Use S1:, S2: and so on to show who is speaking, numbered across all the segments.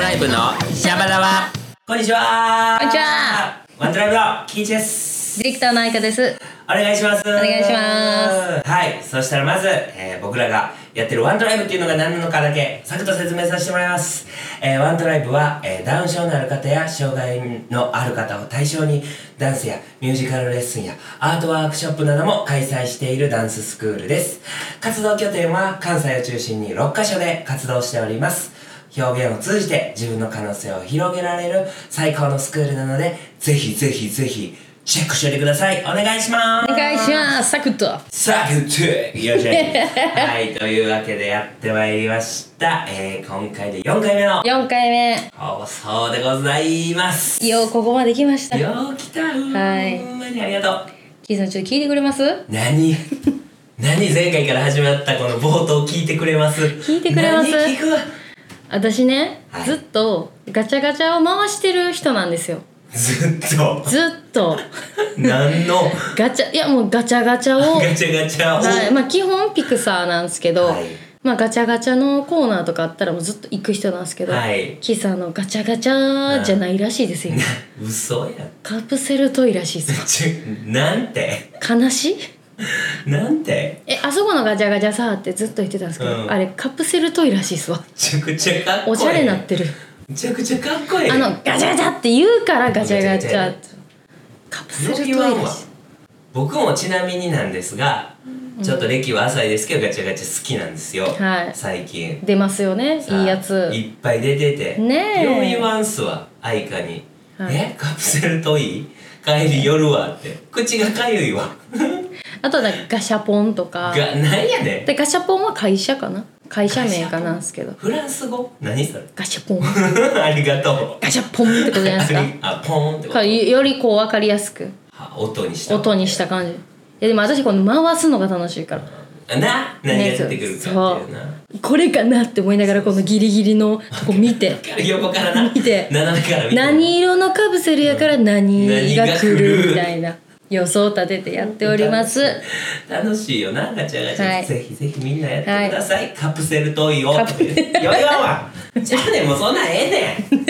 S1: シャバダバ
S2: こんにちは
S1: こんにちは
S2: ワンドライブのキイチです
S1: ディレクターの愛香です
S2: お願いしますお
S1: 願いします
S2: はいそしたらまず、えー僕らがやってるワンドライブっていうのが何なのかだけサクッと説明させてもらいます、えーワンドライブは、えーダウン症のある方や障害のある方を対象にダンスやミュージカルレッスンやアートワークショップなども開催しているダンススクールです活動拠点は関西を中心に6カ所で活動しております表現を通じて自分の可能性を広げられる最高のスクールなのでぜひぜひぜひチェックしておいてくださいお願いしま
S1: お
S2: す
S1: 願いしますサクッと
S2: サクッとよろしくはいというわけでやってまいりました、えー、今回で4回目の
S1: 4回目
S2: 放送でございます
S1: ようここまで来ました
S2: よう来たう
S1: はい
S2: ほんまにありがとう
S1: キイさんちょっと聞いてくれます
S2: 何 何前回から始まったこの冒頭聞いてくれます聞
S1: いてくれます
S2: 何聞く
S1: 私ね、
S2: はい
S1: ずっとガチャガチャを回してる人なんですよ
S2: ずっと
S1: ずっと
S2: 何の
S1: ガチャいやもうガチャガチャ を
S2: ガチャガチャを、
S1: はいまあ、基本ピクサーなんですけど、
S2: はい
S1: まあ、ガチャガチャのコーナーとかあったらもうずっと行く人なんですけど、
S2: はい
S1: キーさんあのガチャガチャじゃないらしいですよ、
S2: 嘘やん
S1: カプセルトイらしいですよ
S2: ちょなんて
S1: 悲しい
S2: なんて
S1: えあそこのガチャガチャさーってずっと言ってたんですけど、
S2: うん
S1: あれカプセルトイらしいっすわ
S2: めちゃくちゃかっこいい
S1: おしゃれなってる
S2: めちゃくちゃかっこいい
S1: あのガチャガチャって言うからガチャガチ
S2: ガチャ
S1: ャ
S2: ガ
S1: カプセ
S2: そ
S1: ルト
S2: う
S1: イ
S2: 言わん
S1: ら
S2: わ
S1: しい
S2: 僕もちなみになんですが、ちょっと歴は浅いですけどガチャガチャ好きなんですよ、
S1: はい
S2: 最近
S1: 出ますよね
S2: さあ
S1: いいやつ
S2: いっぱい出てて
S1: ねえ
S2: よう言わんすわ愛花に、
S1: はい
S2: えカプセルトイ帰り寄るわって口がかゆいわ
S1: あとはガシャポンとか
S2: がなんやねん
S1: でガシャポンは会社かな会社名かなんですけど
S2: フランス語何それ
S1: ガシャポン
S2: ありがとう
S1: ガシャポンってことじゃないです
S2: あ
S1: か
S2: りあポーンってこと
S1: かよりこう分かりやすく
S2: あ音にした
S1: 音にした感じいやでも私この回すのが楽しいから
S2: な何が出てくるかっていうな、
S1: これかなって思いながらこのギリギリのとこ見て
S2: 横からな
S1: 見て
S2: 斜めから見て
S1: 何色のカプセルやから何が来
S2: 何が来
S1: る
S2: る
S1: みたいな予想立ててやっております
S2: 楽しいよなガチャガチャ、
S1: はい
S2: ぜひぜひみんなやってください、カプセルトイをよいわわじゃあねもうそんなんええねん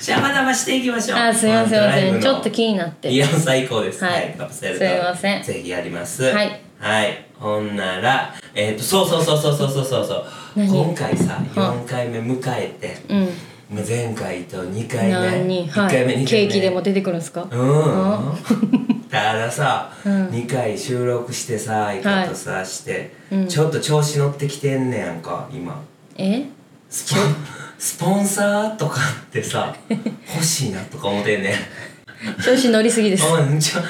S2: シャバダバしていきましょう
S1: あすいませんすいませんちょっと
S2: っ
S1: 気になっ
S2: い
S1: て
S2: や最高です
S1: はい
S2: カプセル
S1: す
S2: トイ
S1: いません
S2: ぜひやります
S1: はい、
S2: はいほんならえっ、とそうそうそうそうそうそうそうそう
S1: 何
S2: 今回さ
S1: は
S2: 4回目迎えて、
S1: うん
S2: 前回と2回目
S1: 何
S2: 一
S1: は
S2: 回目2回
S1: い
S2: 目
S1: ケーキでも出てくるんですか
S2: うんたださ、
S1: うん
S2: 2回収録してさいかとさして、
S1: うん
S2: ちょっと調子乗ってきてんねやんか今
S1: え
S2: スポスポンサーとかって さ欲しいなとか思ってんねん
S1: 調子乗りすぎですは
S2: うんちょ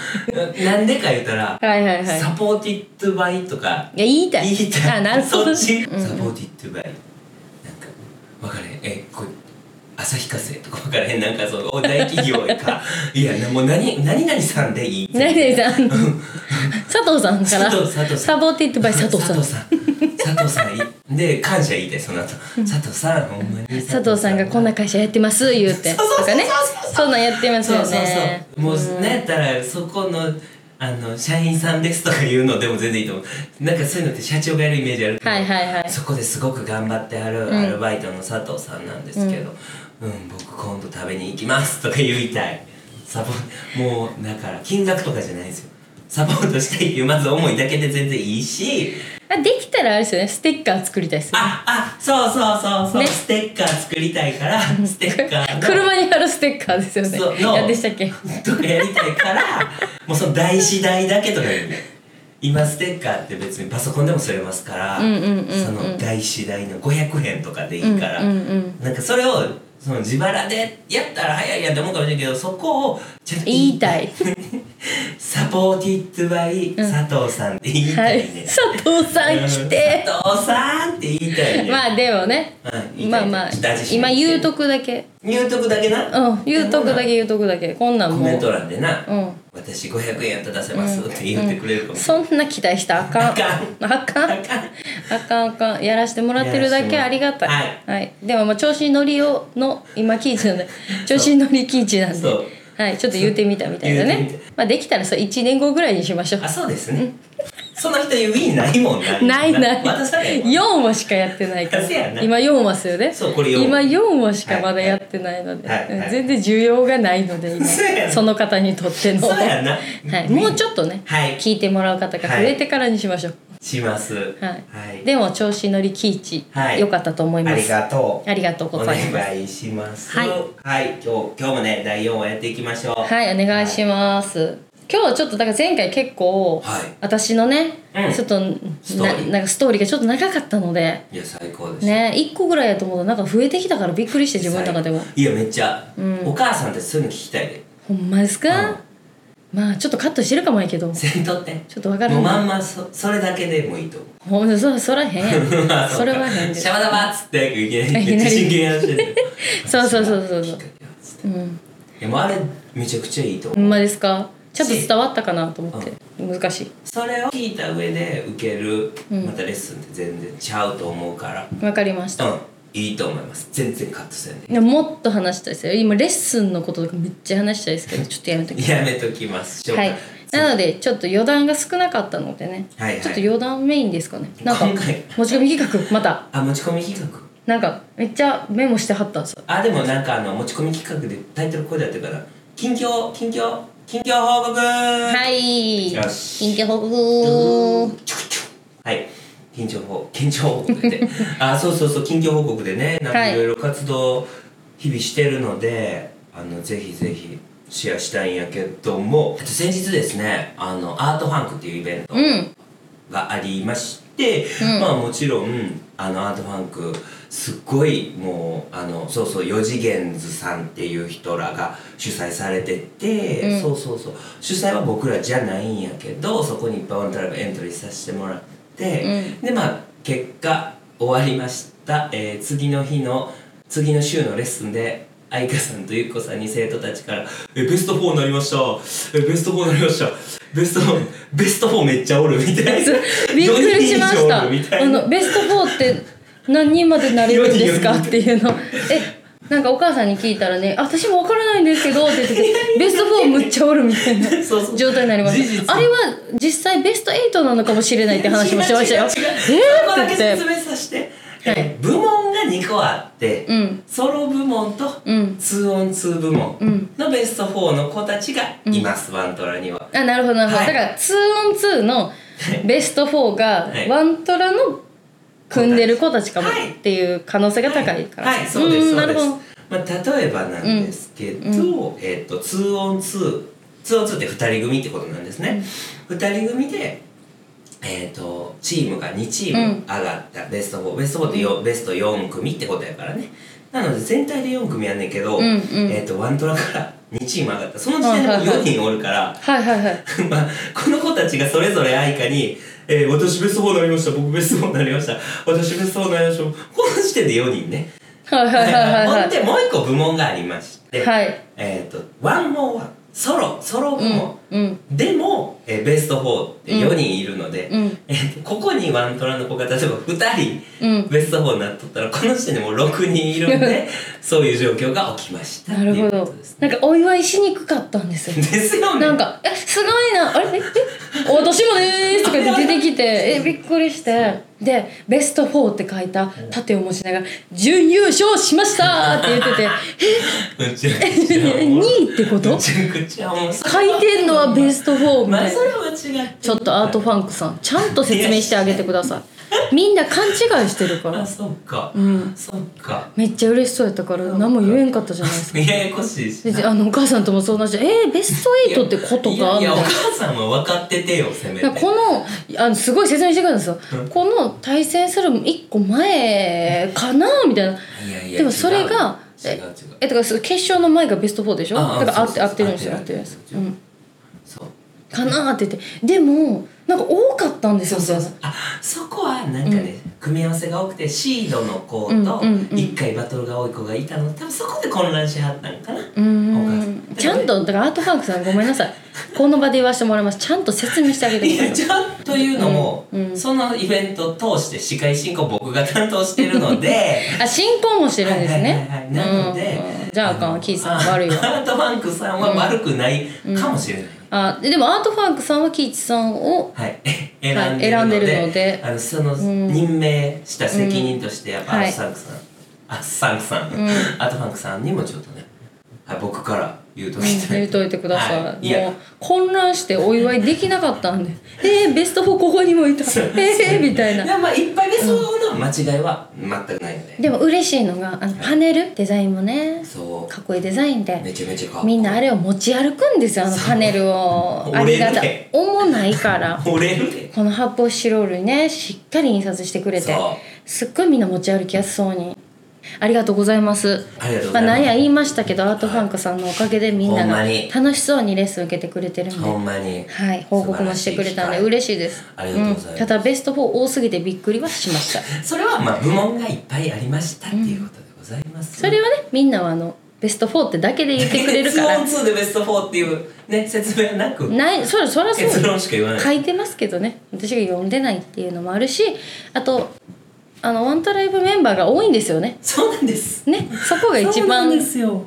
S2: なんでか言ったら、
S1: いはいはいい
S2: サ
S1: や
S2: ポーティッドバイとか
S1: 言いたい
S2: 言いたい
S1: あなるほ
S2: そ
S1: ど
S2: っち、
S1: うん
S2: サポーティッドバイなんか分かれへんえこれ旭化成とか分からへんなんかその大企業かいやもう何何々さんでいい
S1: 何々さん佐藤さんから
S2: 佐藤佐藤さん
S1: サボって言ってばい佐藤さん
S2: 佐藤さん佐藤さんいで感謝言いたいその後佐藤さんほんまに
S1: 佐藤さんがこんな会社やってます言うて
S2: そうそうそう
S1: とかね
S2: そうそうそう
S1: そんなんやってます
S2: そう
S1: よ
S2: そう
S1: ね
S2: そうもうなんやったらそこのあの社員さんですとか言うのでも全然いいと思うなんかそういうのって社長がやるイメージあるけど
S1: はいはいはい
S2: そこですごく頑張ってはるアルバイトの佐藤さんなんですけど「うん、僕今度食べに行きます」とか言いたいサポもうだから金額とかじゃないんですよサポートしたいっていうまず思いだけで全然いいし
S1: あできたらあれですよねステッカー作りたいですよ
S2: あ、あ、そうそうそうそう、
S1: ね
S2: ステッカー作りたいから、ステッカーの。
S1: 車に貼るステッカーですよね
S2: そうの
S1: やでしたっけ
S2: とかやりたいから、 もうその台紙代だけとか言うね。今ステッカーって別にパソコンでもそれますから、
S1: うんうんうんうん
S2: その台紙代の500円とかでいいから、
S1: うんうん
S2: なんかそれをその自腹でやったら早いやんって思うかもしれないけどそこをちょっと
S1: 言いたい
S2: サポーティッドバイ佐藤さんって言い
S1: は
S2: たい
S1: い
S2: ね、
S1: 佐藤さん来て
S2: うん佐藤さんって言いたいね、
S1: まあでもね
S2: うん
S1: まあまあ
S2: 言いたいね
S1: 今言うとくだけ
S2: 入得だけな
S1: うん言うとくだけ言うとくだけこんなん
S2: コ
S1: も
S2: メント
S1: う
S2: 欄でな、
S1: うん
S2: 私500円やったら出せますって言ってくれるかもし
S1: そんな期待したらあかん
S2: あか
S1: あかん
S2: れない、あかん
S1: あかんあかんやらしてもらってるだけありがたい、はいでもまあ調子に乗りをの今キーチなんで調子に乗りキーチなんで
S2: そう
S1: はいちょっと言うてみたみたいな
S2: 言うて
S1: ね
S2: み
S1: まあできたらさ1年後ぐらいにしましょう
S2: あそうですねその人にウィンないもんな。
S1: ないない
S2: 渡さないもん
S1: 4話しかやってないから
S2: せやな
S1: 今4話ですよね
S2: そうこれ4
S1: 今4話しかまだやってないので、
S2: はいはいはい
S1: 全然需要がないので今
S2: そうやな
S1: その方にとっての
S2: そうやな
S1: はい、もうちょっとね、
S2: はい
S1: 聞いてもらう方が増えてからにしましょう、
S2: します。
S1: はい
S2: はい。
S1: でも調子乗りキーチ、
S2: はい
S1: 良かったと思い
S2: あ
S1: ま
S2: り
S1: す
S2: がとう。
S1: ありがとうございます
S2: お願いします。
S1: はい
S2: はい。今日、今日もね、第4話やっていきましょう。
S1: はいお願いします、今日はちょっとだから前回結構、
S2: はい
S1: 私のね、
S2: うん
S1: ちょっと
S2: スト
S1: な
S2: ーリー
S1: なんかストーリーがちょっと長かったので
S2: いや、最高です。
S1: ね1個ぐらいやと思ったらなんか増えてきたからびっくりして自分の中でも
S2: 最高いや、めっちゃ、お母さんってそういうの聞きたいで。
S1: ほんまですか、
S2: うん
S1: まあちょっとカットしてるかもやけど
S2: せんとって。
S1: ちょっとわからん
S2: もう
S1: な
S2: まんまそ、それだけでもいいと思う。
S1: ほんそそらへんや ん
S2: まあうか
S1: それはへんで
S2: シャバダバっつって、いきなり、めっち
S1: いき な
S2: ゃ
S1: り
S2: 真剣に話してる。
S1: そうそうそうそうそう
S2: きっかけはっつって
S1: うん
S2: いや、もうあれ、めちゃくちゃいいと思う
S1: ほ。んまですかちゃんと伝わったかなと思って、難しい
S2: それを聞いた上で受けるまたレッスンって全然ちゃうと思うから
S1: わかりました、
S2: うんいいと思います全然カットせんで
S1: でももっと話したいですよ今レッスンのこととかめっちゃ話したいです けどちょっとやめときます
S2: やめときますしょうか
S1: はいなのでちょっと余談が少なかったのでね、
S2: はいはい
S1: ちょっと余談メインですかねなんか
S2: 今回
S1: 持ち込み企画また
S2: あ持ち込み企画
S1: なんかめっちゃメモしてはったんですよ
S2: あでもなんかあの持ち込み企画でタイトルここでやってるから近況近況近況報告はい
S1: はい
S2: よし
S1: 緊急報告
S2: はい緊張報緊張報告で あそうそうそう近況報告でねなんか
S1: は
S2: い
S1: い
S2: ろいろ活動日々してるので、あのぜひぜひシェアしたいんやけどもえっと先日ですねあのアートファンクっていうイベント
S1: うん
S2: がありまして、
S1: うん
S2: まあもちろんあのアートファンクすっごいもうあのそうそう四次元図さんっていう人らが主催されてて、
S1: うん
S2: そうそうそう主催は僕らじゃないんやけどそこにいっぱいワントライブエントリーさせてもらって、でまあ結果終わりました、えー次の日の次の週のレッスンで愛花さんとゆっこさんに生徒たちから「えベスト4になりましたえベスト4になりましたベスト4ベスト4めっちゃおる」みたいな
S1: びっくりしましたあ
S2: 4人以上おるみたいな
S1: のベスト4って何人までなれるんですか
S2: 4人
S1: っていうのえなんかお母さんに聞いたらね「私もわからないんですけど」って言ってて 「ベスト4むっちゃおる」みたいな
S2: そうそう
S1: 状態になりま
S2: 事
S1: し
S2: 実
S1: たあれは実際ベスト8なのかもしれないって話もしてました
S2: 違
S1: よ
S2: う違う違う
S1: えー
S2: そこだけ
S1: って言って
S2: 説明させて、
S1: はい
S2: 部門が2個あって、
S1: うん
S2: ソロ部門と
S1: うん
S2: 2オン2部門のベスト4の子たちがいます、ワントラには。
S1: あなるほどなるほど、
S2: はい
S1: だから2 on 2のベスト4が
S2: はい
S1: ワントラの組んでる子たちかも
S2: はい
S1: っていう可能性が高いから、
S2: はい、はいそうです
S1: ん
S2: そう
S1: な
S2: で
S1: るほ
S2: す
S1: ど、
S2: まあ、例えばなんですけど、えっ、と 2on2 2on2 って2人組ってことなんですね、二2人組でえっ、とチームが2チーム上がった、ベスト4ベスト4ってよ、ベスト4組ってことやからねなので全体で4組やんねんけど、
S1: うんうん
S2: えっ、とワントラから2チーム上がったその時点で もう4人おるから、
S1: はいはいはい
S2: まあ、この子たちがそれぞれ愛花に、えー私ベスト4になりました、僕ベスト4になりました、私ベスト4になりました、この時点で4人ね。
S1: はいはいはいはい
S2: ほんで、もう一個部門がありまして、
S1: はい
S2: えっ、と、ワンモンはソロ、ソロ部門。
S1: うんうん
S2: でも、えーベスト4って4人いるので、
S1: うん
S2: えーとここにワントラの子が例えば2人、
S1: うん
S2: ベスト4になっとったらこの時点でもう6人いるんで そういう状況が起きましたって
S1: なる
S2: い
S1: ほ
S2: うこ
S1: ど
S2: とです、ね。
S1: なんかお祝いしにくかったんです よ
S2: ですよね。
S1: なんか「えすごいなあれええ私もでーす」とか言って出てきてえびっくりしてで「ベスト4」って書いた盾を持ちながら「準優勝しました!」って言っ
S2: め
S1: てて
S2: ちゃく
S1: え
S2: ちゃおも
S1: 2
S2: ろい
S1: 位ってこと
S2: めちゃくちゃ面 白い
S1: 書いてんのはベスト4み
S2: ま
S1: た
S2: あ
S1: い
S2: そ
S1: な
S2: れは違って
S1: ちょっとアートファンクさんちゃんと説明してあげてくださいみんな勘違いしてるから
S2: あそっか、そっか
S1: めっちゃ嬉しそうやったから何も言えんかったじゃないですか
S2: ややこしいし
S1: 別にあのお母さんとも相談して「えー、ベスト8ってこと
S2: いや
S1: か?」
S2: い
S1: みた
S2: や
S1: い
S2: お
S1: な
S2: 母さんは分かっててよせめて
S1: だからこのあのすごい説明してくれるんですよ、この対戦する1個前かなみたいない
S2: やいや
S1: でもそれが
S2: 違う違う
S1: ええだからその決勝の前がベスト4でしょ
S2: ああ
S1: だから合って
S2: そうそうそう
S1: 合ってるんですよ
S2: 合
S1: 合
S2: っ
S1: って
S2: る合ってる、
S1: てるんですうん、
S2: そう
S1: かなって言ってでもなんか多かったんです
S2: そ
S1: よ
S2: うそう
S1: そ
S2: そうあそこはなんかね、組み合わせが多くてシードの子
S1: うん
S2: と
S1: うんうん
S2: 一回バトルが多い子がいたの多分そこで混乱しはったんかな
S1: うー
S2: お母さ
S1: ん
S2: ん
S1: ちゃんとだからアートファンクさんごめんなさいこの場で言わせてもらいますちゃんと説明してあげて
S2: い
S1: くだ
S2: や
S1: さい
S2: ちょっというのも、
S1: うんうん
S2: そのイベントを通して司会進行僕が担当してるので
S1: あ進行もしてるんですね
S2: はいはいはいなので
S1: うんじゃああかんわキーさん悪いわ
S2: アートバンクさんは悪くないかもしれない、
S1: ああででもアートファンクさんは喜一さんを
S2: はい、
S1: はい選んでるので
S2: あのその
S1: ん
S2: 任命した責任としてやっぱ
S1: うん
S2: ア
S1: はい
S2: ッサンクさん、アッサンクさん、
S1: ん
S2: アトファンクさんにもちょっとね、はい、僕から言うときたい、
S1: 入れといてください、
S2: はい、い
S1: も
S2: や
S1: う混乱してお祝いできなかったんで「えー、ベスト4ここにもいた
S2: そう
S1: えー、みたい
S2: い
S1: な
S2: やまあいっぱいでそうな間違いは全くないので、
S1: でも嬉しいのがあのパネルデザインもね
S2: そ
S1: かっこいいデザイン
S2: うめ
S1: で
S2: ちゃめちゃかっこいい
S1: みんなあれを持ち歩くんですよあのパネルを
S2: そう
S1: ありがたい
S2: 俺ね
S1: 重ないから
S2: 俺って
S1: この発泡スチロールにねしっかり印刷してくれて
S2: そ
S1: すっごいみんな持ち歩きやすそうにありがとうございます
S2: ありがとうご
S1: ま
S2: ざ
S1: あ
S2: います
S1: なんや言いましたけどアートファンクさんのおかげでみんな
S2: ほんま
S1: が
S2: に
S1: 楽しそうにレッスン受けてくれてるんで
S2: ほんまに
S1: はい、報告もしてくれたんで嬉しいです。
S2: ありがとうございます
S1: んただベスト4多すぎてびっくりはしました。
S2: それはまあ部門がいっぱいありましたっていうことでございます、
S1: それはね、みんなはあのベスト4ってだけで言ってくれるか ら、
S2: 2でベスト4っていうね説明はなく
S1: ない、そらそらそう。
S2: 結論しか言わない
S1: 書いてますけどね、私が読んでないっていうのもあるし、あとあのワントライブメンバーが多いんですよね。
S2: そうなんです
S1: ね、そこが一
S2: そう
S1: 番
S2: なんですよ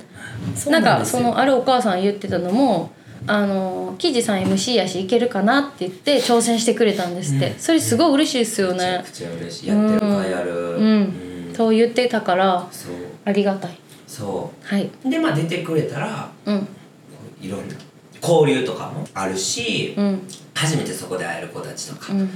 S2: そ
S1: なん
S2: う
S1: か
S2: です
S1: そ
S2: よ
S1: のあるお母さん言ってたのもあの記事さん MC やしいけるかなって言って挑戦してくれたんですって、それすごい嬉しいですよ
S2: めちゃ
S1: ね
S2: くちゃ嬉しいやってる甲斐ある
S1: うん、そう言ってたから
S2: そう
S1: ありがたい
S2: そ
S1: はい。
S2: うでまあ出てくれたら
S1: うん。
S2: こういろんな交流とかもあるし、
S1: うん。
S2: 初めてそこで会える子たちとか
S1: うん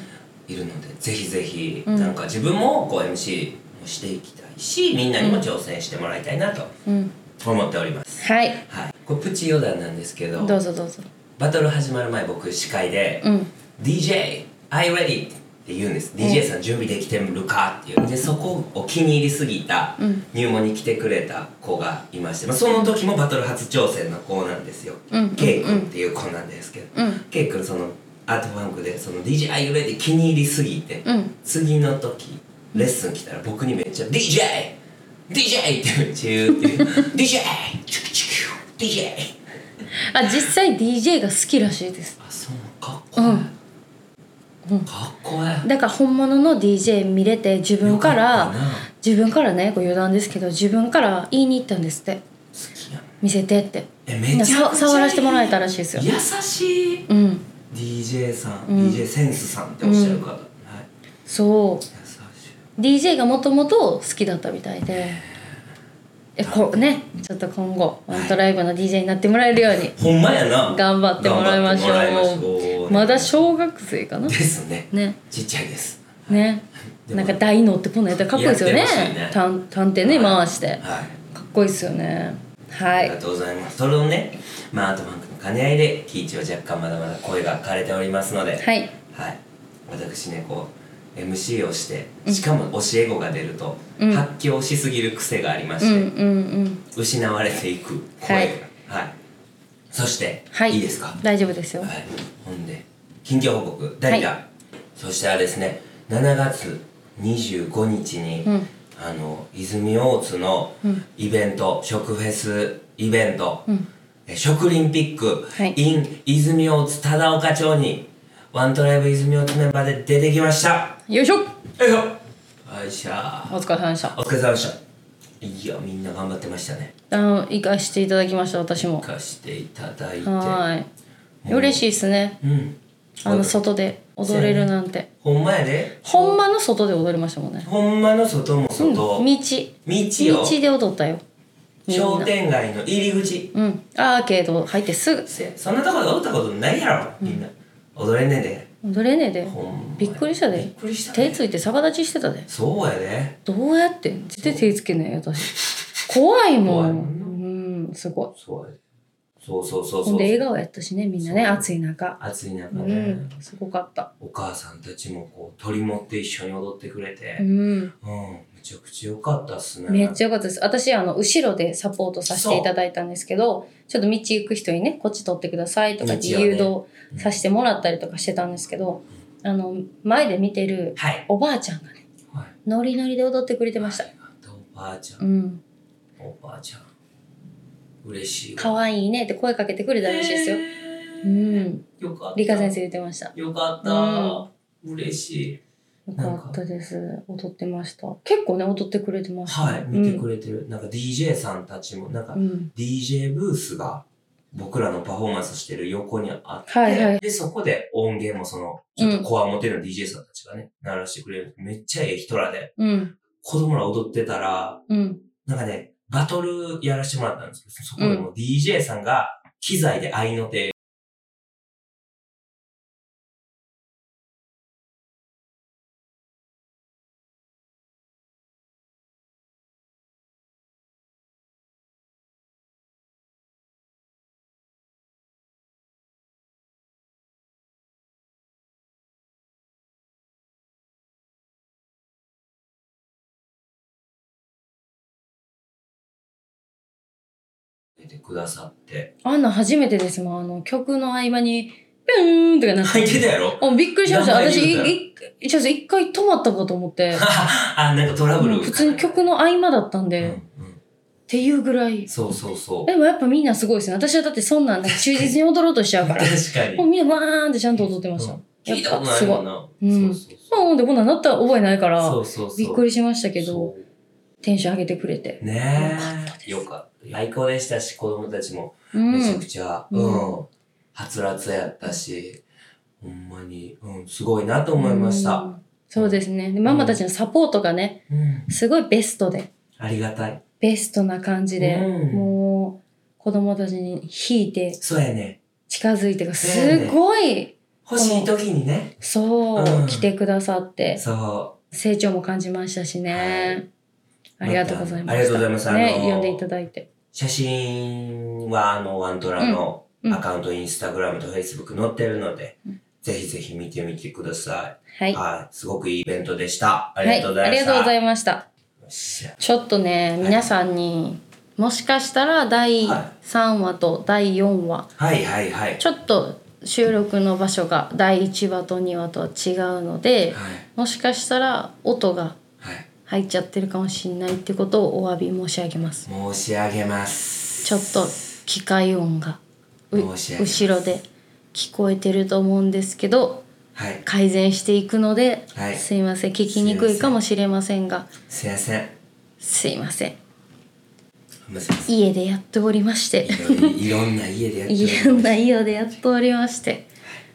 S2: いるので、ぜひぜひ、
S1: うん
S2: なんか自分もこう MC をしていきたいしみんなにも挑戦してもらいたいなと
S1: うん。
S2: 思っております、
S1: はい。
S2: はいこれプチ余談なんですけど
S1: どうぞどうぞ。
S2: バトル始まる前僕司会で
S1: うん。
S2: 「DJ I ready」って言うんです、DJ さん準備できてるかっていうでそこを気に入りすぎた
S1: うん
S2: 入門に来てくれた子がいまして、まあ、その時もバトル初挑戦の子なんですよ、
S1: うん
S2: ケイ君っていう子なんですけど、
S1: うん。
S2: ケイ君そのアートファンクでその DJ I ready 気に入りすぎて、
S1: うん。
S2: 次の時レッスン来たら僕にめっちゃ「DJ!DJ!」ってめっちゃ言うっていう「DJ! チュクチュク DJ!」
S1: あ、実際 DJ が好きらしいです。
S2: あそうかっこいい、かっこいい
S1: だから本物の DJ 見れて自分か
S2: よ
S1: ら
S2: ったな好
S1: 自分からねご余談ですけど自分から言いに行ったんですって
S2: きやん
S1: 見せてって
S2: えめちゃくちゃいい
S1: さ触らせてもらえたらしいですよ
S2: 優しい
S1: うん
S2: DJ さん、
S1: うん
S2: DJ センスさんっておっしゃる方、はい
S1: そ
S2: 優しいう
S1: DJ がもともと好きだったみたいでえこねちょっと今後ワントライブの DJ になってもらえるように
S2: ほんまやな
S1: 頑張ってもらいましょう
S2: 頑張ってもらいましょう
S1: まだ小学生かな
S2: ですね
S1: ね
S2: ちっちゃいです
S1: ね
S2: でも
S1: なんか大脳ってこんなんやったらかっこいいですよね
S2: やってほしいね
S1: 探探偵ね
S2: はい
S1: 回して
S2: はい
S1: かっこいいですよねは
S2: ありが
S1: い
S2: とうございますそれをねまあアートバンクの兼ね合いでキイチは若干まだまだ声が枯れておりますのでは
S1: はい
S2: はい、私ねこう MC をしてしかも教え子が出ると、
S1: うん
S2: 発狂しすぎる癖がありまし
S1: うん
S2: て、
S1: うんうん
S2: 失われていく声がはい、そして、
S1: はい
S2: いですか
S1: 大丈夫ですよ
S2: はい、ほんで近況報告代打、
S1: は
S2: そしてはですね7月25日に、
S1: うん
S2: あの泉大津の
S1: うん
S2: イベント、食フェスイベント、
S1: うん
S2: え食リンピック、
S1: はい
S2: in 泉大津忠岡町にワントライブ泉大津メンバーで出てきました
S1: よいしょ
S2: よいしょよいしょ
S1: お疲れ様でした
S2: お疲れ様でしたいやみんな頑張ってましたね
S1: あの行かしていただきました私も
S2: 行かしていただいて
S1: はーい
S2: もう
S1: 嬉しいですね
S2: うん
S1: あの外で踊れるなんて
S2: ほんまやで
S1: ほんまの外で踊りましたもんね
S2: ほんまの外も
S1: うん
S2: 外、
S1: 道
S2: 道よ
S1: 道で踊ったよみんな
S2: 商店街の入り口
S1: うんアーケード入ってすぐ
S2: せそんなとこで踊ったことないやろみんな、踊れんねんで
S1: 踊れねえで
S2: ほんまや
S1: びっくりしたで
S2: びっくりしたね
S1: 手ついて逆立ちしてたで
S2: そうやで
S1: どうやって絶対手つけないよ私怖いも
S2: 怖い
S1: ん
S2: も
S1: うんすごい
S2: そうやでそうそうそう
S1: ほ
S2: そ
S1: ん
S2: う
S1: で笑顔やったしねみんなね
S2: そう
S1: 暑い中
S2: 暑い中
S1: う
S2: ね、
S1: んすごかった
S2: お母さんたちもこう取り持って一緒に踊ってくれ
S1: う
S2: て
S1: ん
S2: うん、めちゃくちゃ良かったっすね
S1: めっちゃ良かったです私あの後ろでサポートさせていただいたんですけどちょっと道行く人にねこっち取ってくださいとかって
S2: 道をね
S1: 誘導させてもらったりとかしてたんですけどあの前で見てる
S2: はい、
S1: おばあちゃんがね
S2: はい、
S1: ノリノリで踊ってくれてました
S2: ありがとうおばあちゃん、
S1: うん
S2: おばあちゃん嬉しいわ
S1: 可愛いねって声かけてくれたらしいですよ
S2: へ
S1: う
S2: ー
S1: ん
S2: よかった
S1: 理科先生言ってました
S2: よかった、嬉しい
S1: よかったです。踊ってました。結構ね、踊ってくれてました。
S2: はい、見てくれてる。なんか DJ さんたちも、なんか
S1: うん。
S2: DJ ブースが僕らのパフォーマンスしてる横にあって、
S1: はいはい
S2: で、そこで音源もその、ちょっとコアモテる DJ さんたちがね、鳴らしてくれる。めっちゃええ人らで、
S1: うん。
S2: 子供ら踊ってたら、
S1: うん。
S2: なんかね、バトルやらせてもらったんですけど、そこでもう DJ さんが機材で合いの手でくださっ て。
S1: あんなん初めてですもん。あの、曲の合間に、ピューンとかなって。
S2: 入ってたや ろ
S1: おびっくりしました。
S2: 何
S1: 私、
S2: 回
S1: い
S2: 言うたよ
S1: い一応一回止まったかと思って。
S2: あ、なんかトラブル。
S1: 普通に曲の合間だったん
S2: うん
S1: で、
S2: う
S1: っ
S2: ん。
S1: ていうぐらい。
S2: そうそうそう。
S1: でもやっぱみんなすごいですね。私はだってそんなん、忠実に踊ろうとしちゃうか
S2: 確
S1: ら。
S2: か
S1: もう
S2: に。
S1: みんなわーんってちゃんと踊ってました。
S2: うん
S1: や
S2: 聞いたこ
S1: っぱ
S2: とな
S1: す
S2: い
S1: ごい
S2: もん。な。
S1: うん
S2: そうそう
S1: まあ、でこんなんなった覚えないから、
S2: そう。そうそうそう。
S1: びっくりしましたけど、
S2: そう
S1: テンション上げてくれて。
S2: ね
S1: よかったです
S2: え。よかった。最高でしたし、子供たちも
S1: う
S2: めちゃ
S1: ん
S2: く。ちゃ、
S1: う
S2: うんん、はつらつやったし、ほんまに、うん、すごいなと思いまし
S1: う
S2: た。
S1: ん。そうですね。でママたちのサポートがね、
S2: うん。
S1: すごいベストで、
S2: ありがたい。
S1: ベストな感じで、
S2: うん
S1: もう、子供たちに引いて、
S2: そうやね。
S1: 近づいてが、すごい、
S2: 欲しい時にね。
S1: そう
S2: う、ん
S1: 来てくださって、
S2: そ
S1: 成長も感じましたしね。
S2: は
S1: あ
S2: い
S1: りがとうございま
S2: あり
S1: し
S2: が
S1: た。
S2: とうございます
S1: ね
S2: あ、の
S1: 呼んでいただいて
S2: う。。写真は、あの、ワントラの
S1: うんうん
S2: アカウント、インスタグラムとフェイスブック載ってるので、ぜひぜひ見てみてくださ。
S1: はいい。
S2: はい。すごくいいイベントでした。あり
S1: は
S2: が
S1: い
S2: とうございました。
S1: ありがとうございました。
S2: よっしゃ
S1: ちょっとね、皆さんに、もしかしたら第3話と第4話、
S2: はいはいはい。
S1: ちょっと収録の場所が第1話と2話とは違うので、
S2: はい。
S1: もしかしたら音が
S2: はい。
S1: 入っちゃってるかもしれないってことをお詫び申し上げます。
S2: 申し上げます。
S1: ちょっと機械音がう
S2: 申し上げます
S1: 後ろで聞こえてると思うんですけど、
S2: はい。
S1: 改善していくので、
S2: はい
S1: すいません聞きにくいかもしれませんが
S2: すいません。
S1: すいません
S2: すいません。
S1: 家でやっておりまして
S2: いろいろんな家でやって
S1: い
S2: る
S1: ろんな家でやっておりまして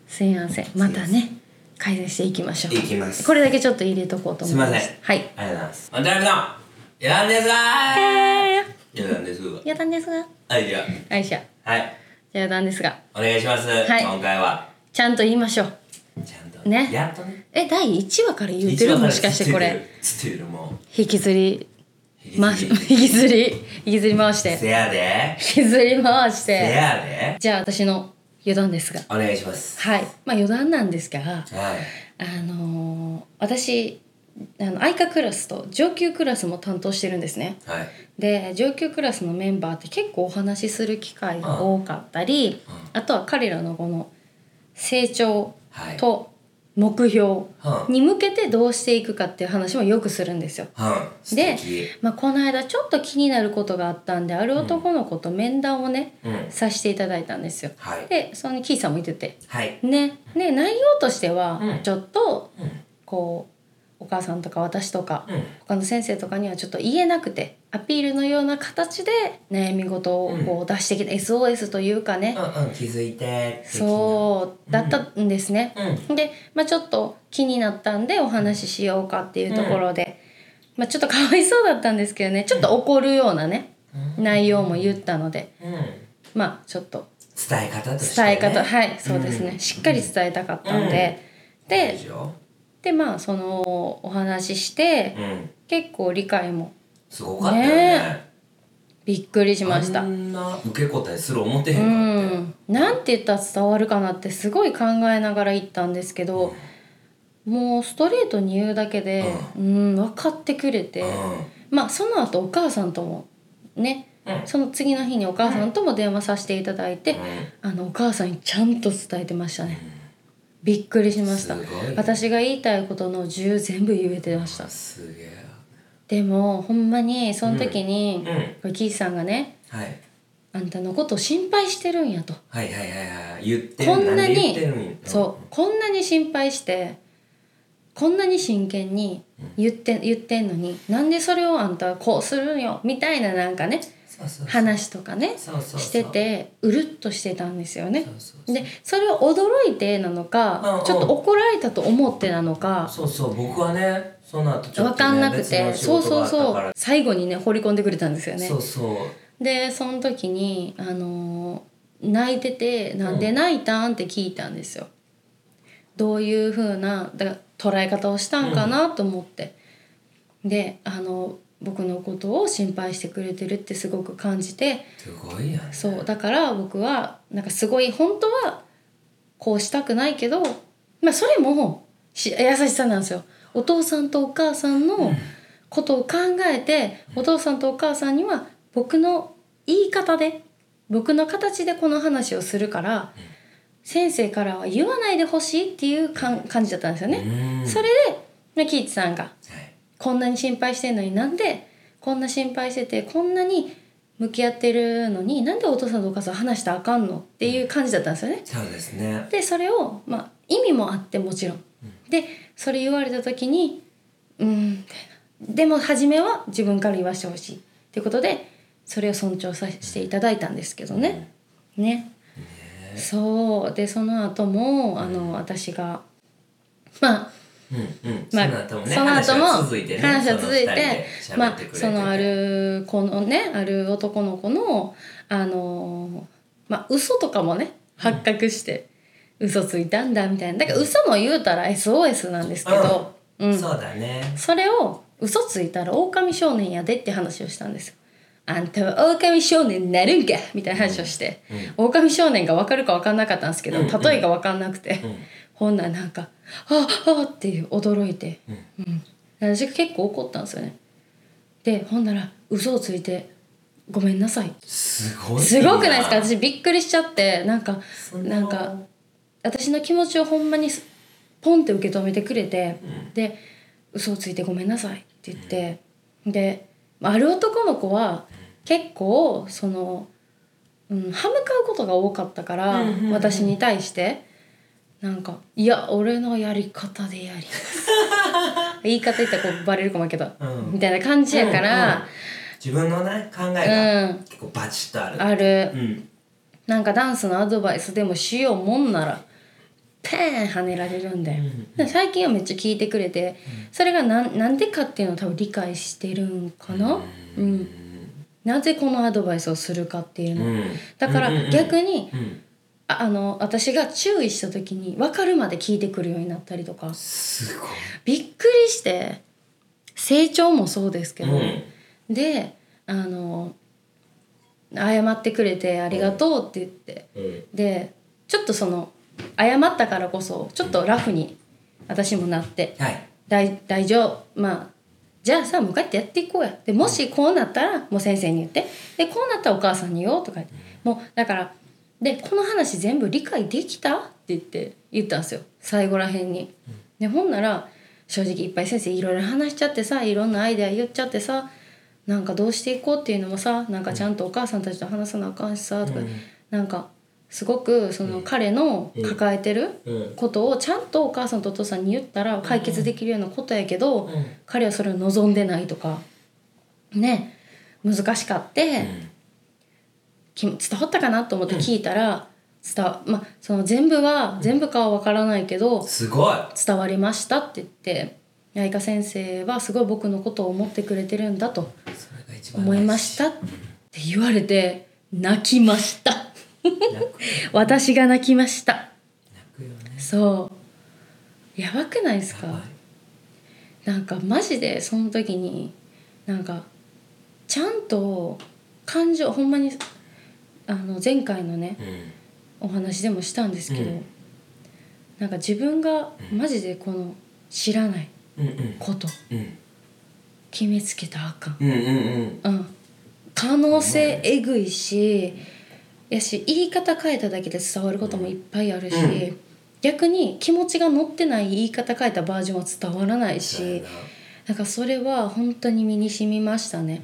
S1: すいませんまたね改善していきましょう
S2: いきます
S1: これだけちょっと入れとこうと思います
S2: すいません
S1: はい
S2: ありがとうございますあ誰だやんですが
S1: え
S2: ーやんですが
S1: ー、やだんですが
S2: はいじゃ
S1: あいしゃ
S2: あはい
S1: やだんですが
S2: お願いします、
S1: い
S2: 今回は
S1: ちゃんと言いましょう
S2: ちゃんと
S1: ね
S2: やっとね
S1: え第1話から言うて
S2: 一
S1: る
S2: 番
S1: もしかしてこれ
S2: つってるつってるも
S1: 引きずり
S2: う
S1: ま
S2: 引
S1: 引
S2: き継ぎ
S1: きずり引きずり回して
S2: せやで
S1: 引きずり回し
S2: せ
S1: て
S2: やで
S1: じゃあ私の余談ですが
S2: お願いします
S1: はいまあ余談なんですが
S2: はい
S1: あのー私あの愛花クラスと上級クラスも担当してるんですね
S2: はい
S1: で上級クラスのメンバーって結構お話しする機会が多かったり
S2: うんうん
S1: あとは彼らのこの成長
S2: はい
S1: と目標
S2: うん
S1: に向けてどうしていくかっていう話もよくするんですよ。
S2: うん素
S1: で
S2: 敵、
S1: まあ、この間ちょっと気になることがあったんである男の子と面談をね、
S2: うん
S1: させていただいたんですよ。
S2: はい
S1: でそのキーさんも言ってて
S2: はい
S1: ねね内容としては
S2: うん
S1: ちょっと
S2: うん
S1: こうお母さんとか私とか
S2: うん
S1: 他の先生とかにはちょっと言えなくてアピールのような形で悩み事をこう出してきた SOS というかね
S2: うんうん気づいて
S1: そうだったんですね。
S2: ううん
S1: で、まあ、ちょっと気になったんでお話ししようかっていうところで、まあ、ちょっとかわいそうだったんですけどねちょっと怒るようなね内容も言ったので
S2: うん
S1: まあちょっと
S2: 伝え方として、
S1: 伝え
S2: ね、
S1: 方、はいそうですね、
S2: うん
S1: しっかり伝えたかったんで、
S2: いい
S1: で
S2: よ
S1: でまあそのお話しして
S2: うん
S1: 結構理解も
S2: すごかったよね
S1: ねびっくりしました
S2: あ。んな受け答えする思ってへん
S1: う
S2: かって
S1: ん、なんて言ったら伝わるかなってすごい考えながら言ったんですけど、もうストレートに言うだけで、うん、分かってくれて、まあその後お母さんともね
S2: うん
S1: その次の日にお母さんとも電話させていただいて、あのお母さんにちゃんと伝えてましたね、びっくりしました
S2: すごいね
S1: 私が言いたいことの10全部言えてました
S2: うんすげえ
S1: でもほんまにその時
S2: う
S1: に
S2: ん、はい、
S1: これキーさんがね
S2: はい
S1: あんたのことを心配してるんやと、
S2: はいはいはい言ってる
S1: こんな
S2: で
S1: に
S2: 言ってるんや
S1: そうこんなに心配してこんなに真剣に言って言ってんのになんでそれをあんたはこうするんよみたいななんかね
S2: そうそうそう
S1: 話とかね
S2: そうそうそう
S1: しててうるっとしてたんですよね
S2: そうそうそう
S1: でそれを驚いてなの
S2: うんう
S1: か
S2: ん
S1: ちょっと怒られたと思ってなのか
S2: そうそう僕はねその後ちょっと、ね、
S1: 分かんなくて
S2: 別
S1: そ
S2: の
S1: う
S2: 仕事があ
S1: そう
S2: っ
S1: そ
S2: たか
S1: う
S2: ら
S1: 最後にね放り込んでくれたんですよね
S2: そうそう
S1: でその時にあのー泣いてて「なんで泣いたん?」って聞いたんですよ。どういうふうなだから捉え方をしたんかなと思って、であの僕のことを心配してくれてるってすごく感じて
S2: すごいやん
S1: そうだから僕はなんかすごい本当はこうしたくないけど、まあ、それもし優しさなんですよお父さんとお母さんのことを考えて、お父さんとお母さんには僕の言い方で僕の形でこの話をするから、先生からは言わないでほしいっていうかん感じだったんですよね。
S2: うん
S1: それで、ね、キイチさんが
S2: はい
S1: こんなに心配してんのになんでこんな心配しててこんなに向き合ってるのになんでお父さんとお母さん話したらあかんのっていう感じだったんですよね。
S2: そうですね
S1: でそれを、まあ、意味もあってもちろん。でそれ言われた時にうーんみたいな。でも初めは自分から言わしてほしいっていうことでそれを尊重させていただいたんですけどね。ね。そうでその後もあの私がまあ
S2: うんうん、
S1: まあ、
S2: その後もね
S1: その後も
S2: 話は続いてね
S1: 話は続いて
S2: その二人で
S1: ま
S2: 喋って
S1: あ
S2: くれてて
S1: そのある子のねある男の子のあのまあ嘘とかもね発覚して、嘘ついたんだみたいなだから嘘も言うたら SOS なんですけど、うん
S2: そうだね
S1: それを嘘ついたら狼少年やでって話をしたんですよ。あんたは狼少年になるんかみたいな話をして、狼少年が分かるか分かんなかったんですけど、例えが分かんなくて、ほんならなんか「ああっ」っていう驚いて、うん私が結構怒ったんですよね。でほんなら嘘をついて「ごめんなさい」
S2: すごい
S1: すごくないですか私びっくりしちゃってなんか
S2: そんな
S1: なんか私の気持ちをほんまにすポンって受け止めてくれて、で「嘘をついてごめんなさい」って言って、でまあある男の子は結構その、うん、歯向かうことが多かったから、
S2: うんうんうん
S1: 私に対してなんか「いや俺のやり方でや ります」言い方言ったらこうバレるかもやけど、
S2: うん
S1: みたいな感じやから、
S2: 自分のね考え
S1: う
S2: が
S1: ん
S2: 結構バチッとある、
S1: ある。
S2: うん
S1: なんかダンスのアドバイスでもしようもんならペーン跳ねられるんだよ、で最近はめっちゃ聞いてくれて、それがなんなんでかっていうのを多分理解してるんかな、うんなぜこのアドバイスをするかっていう
S2: う
S1: の、
S2: ん
S1: だから逆に、
S2: うん
S1: ああの私が注意した時に分かるまで聞いてくるようになったりとか
S2: すごい
S1: びっくりして成長もそうですけど、
S2: うん
S1: であの謝ってくれてありがとうって言って。
S2: うん
S1: でちょっとその謝ったからこそちょっとラフに私もなって
S2: はい
S1: 大大丈夫まあじゃあさもうこうやってやっていこうやでもしこうなったらもう先生に言ってでこうなったらお母さんに言おうとか言ってもうだからでこの話全部理解できたって言って言ったんですよ最後らへんに。でほんなら正直いっぱい先生いろいろ話しちゃってさいろんなアイデア言っちゃってさなんかどうしていこうっていうのもさなんかちゃんとお母さんたちと話さなあかんしさとか、
S2: うん
S1: なんかすごくその彼の抱えてる
S2: うん
S1: ことをちゃんとお母さんとお父さんに言ったら解決できるようなことやけど、
S2: うん
S1: 彼はそれを望んでないとかね難しかって、き伝わったかなと思って聞いたら、伝わまあその全部は全部かは分からないけど、
S2: すごい
S1: 伝わりましたって言って八重香先生はすごい僕のことを思ってくれてるんだと
S2: それが一番
S1: 思いましたって言われて泣きました
S2: 泣く
S1: 私が泣きました
S2: 泣くよね
S1: そうやばくないです
S2: やば
S1: か
S2: い
S1: なんかマジでその時になんかちゃんと感情ほんまにあの前回のね
S2: うん
S1: お話でもしたんですけど、
S2: うん
S1: なんか自分がマジでこの知らない
S2: うんうん
S1: こと
S2: うん
S1: 決めつけたらあかん
S2: うんうんうん
S1: うん、可能性えぐいしやし言い方変えただけで伝わることもいっぱいあるし、
S2: うん
S1: 逆に気持ちが乗ってない言い方変えたバージョンは伝わらない
S2: そうや
S1: し
S2: な
S1: なんかそれは本当に身に染みましたね。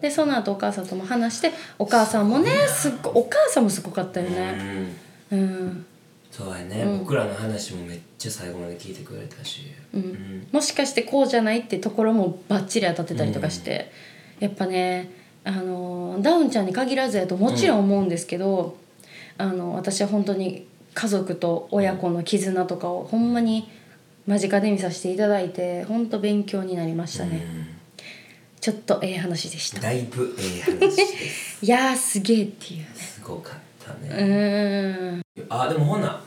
S1: でその後お母さんとも話してお母さんもねすっごいお母さんもすごかったよ
S2: う
S1: ね。
S2: ん
S1: うん
S2: そうやね、僕らの話もめっちゃ最後まで聞いてくれたし、
S1: うんもしかしてこうじゃないってところもバッチリ当たってたりとかして、やっぱねあのダウンちゃんに限らずやともちろん思うんですけど、あの私は本当に家族と親子の絆とかをほんまに間近で見させていただいて本当勉強になりましたね、ちょっとええ話でした
S2: だいぶええ話です
S1: いやーすげえっていう
S2: すごかった
S1: う
S2: ね、
S1: ーん
S2: あでもほな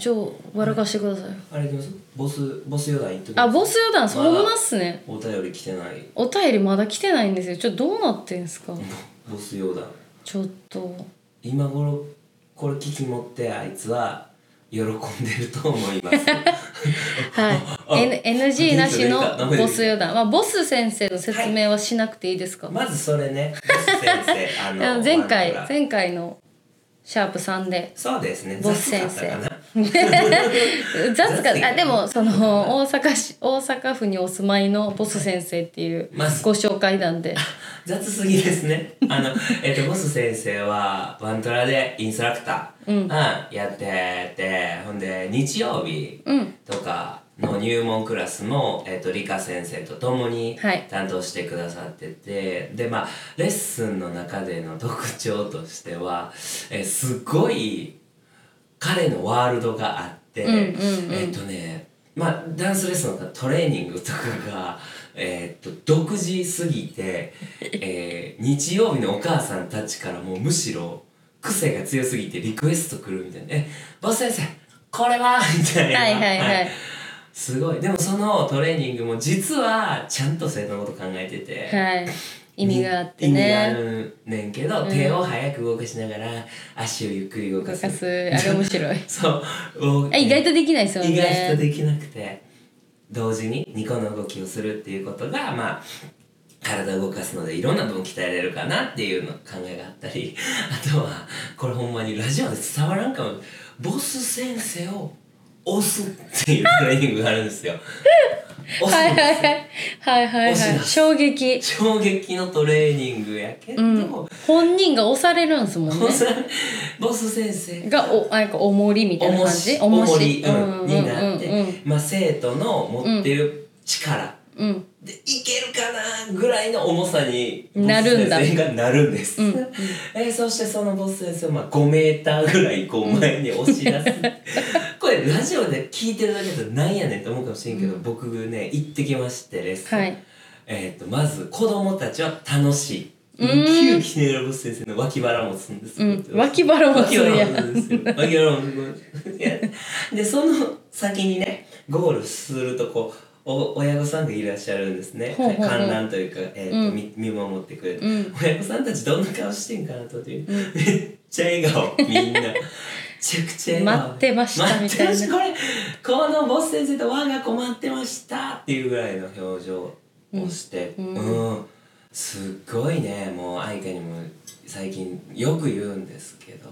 S1: ちょ笑かしてください
S2: あれ行きますボスボス予断言っときます
S1: あボス余談
S2: まだ
S1: ほんまっすね
S2: お便り来てない
S1: お便りまだ来てないんですよちょどうなってんすか
S2: ボス用だ
S1: ちょっと
S2: 今頃これ聞き持ってあいつは喜んでると思います
S1: はい、N、NG なしのボス余談、まあ、ボス先生の説明はしなくていいですか、
S2: まずそれねボス先生あ
S1: あ
S2: の
S1: の前
S2: ワン
S1: 回
S2: コラ
S1: 前回のシャープ3で
S2: そうですね
S1: ボス先生
S2: 雑かったかな
S1: 雑か
S2: 雑い
S1: あでもその大阪市大阪府にお住まいのボス先生っていう
S2: まず
S1: ご紹介なん で
S2: 雑すぎですねあの、えっとボス先生はワントラでインストラクター、うんやっててほんで日曜日とかの入門クラスも、えっと理科先生と共に
S1: はい
S2: 担当してくださってて、でまあレッスンの中での特徴としては、えすごい彼のワールドがあって、えっとねまあダンスレッスンとかトレーニングとかが、えっと独自すぎて、えー日曜日のお母さんたちからもうむしろ癖が強すぎてリクエスト来るみたいな「えボス先生これは!」みたいな。
S1: はいはいはい
S2: すごいでもそのトレーニングも実はちゃんと生徒のこと考えてて、
S1: はい意味があって
S2: 意味があ
S1: ね
S2: るねんけど、手を早く動かしながら足をゆっくり動か
S1: 動
S2: す
S1: かすあれ面白い
S2: そうお
S1: え意外とできないですよね
S2: 意外とできなくて同時に2個の動きをするっていうことがまあ体を動かすのでいろんな分鍛えれるかなっていうの考えがあったり あとはこれほんまにラジオで伝わらんかもボス先生を押すっていうトレーニングがあるんですよ。押 すんですよ
S1: はいはいはいはいはい
S2: 押し
S1: は
S2: 出
S1: い
S2: す
S1: 衝撃
S2: 衝撃のトレーニングやけど、
S1: 本人が押されるんですもんね
S2: ボスボス先生
S1: がおあなんか重りみたいな感じ
S2: 重り、
S1: 重
S2: うんになって、まあ、生徒の持ってる力、
S1: うんうん
S2: でいけるかなぐらいの重さに
S1: なるんだ
S2: ボス先生がなるんです、 えーそしてそのボス先生を、まあ、5メーターぐらいこう前に押し出 す、これラジオで聞いてるだけだとなんやねんと思うかもしれんけど、僕ね行ってきましてレッスン、
S1: はい
S2: えー、とまず子供たちは楽しい旧キネラボス先生の脇腹持つんですけど、
S1: うん脇腹持つんや
S2: 脇腹持つんですよ脇腹持つんですよでその先にねゴールするとこうお親御さんがいらっしゃるんですね
S1: ほうほうほう
S2: 観覧というか、えーとみ見守ってくれて、親御さんたちどんな顔してんかなという、めっちゃ笑顔みんなめちゃくちゃ笑顔
S1: 待ってました
S2: 待ってまし
S1: みたい
S2: これこのボス先生と我が子待ってましたっていうぐらいの表情をしてうん、すっごいねもう愛花にも最近よく言うんですけど、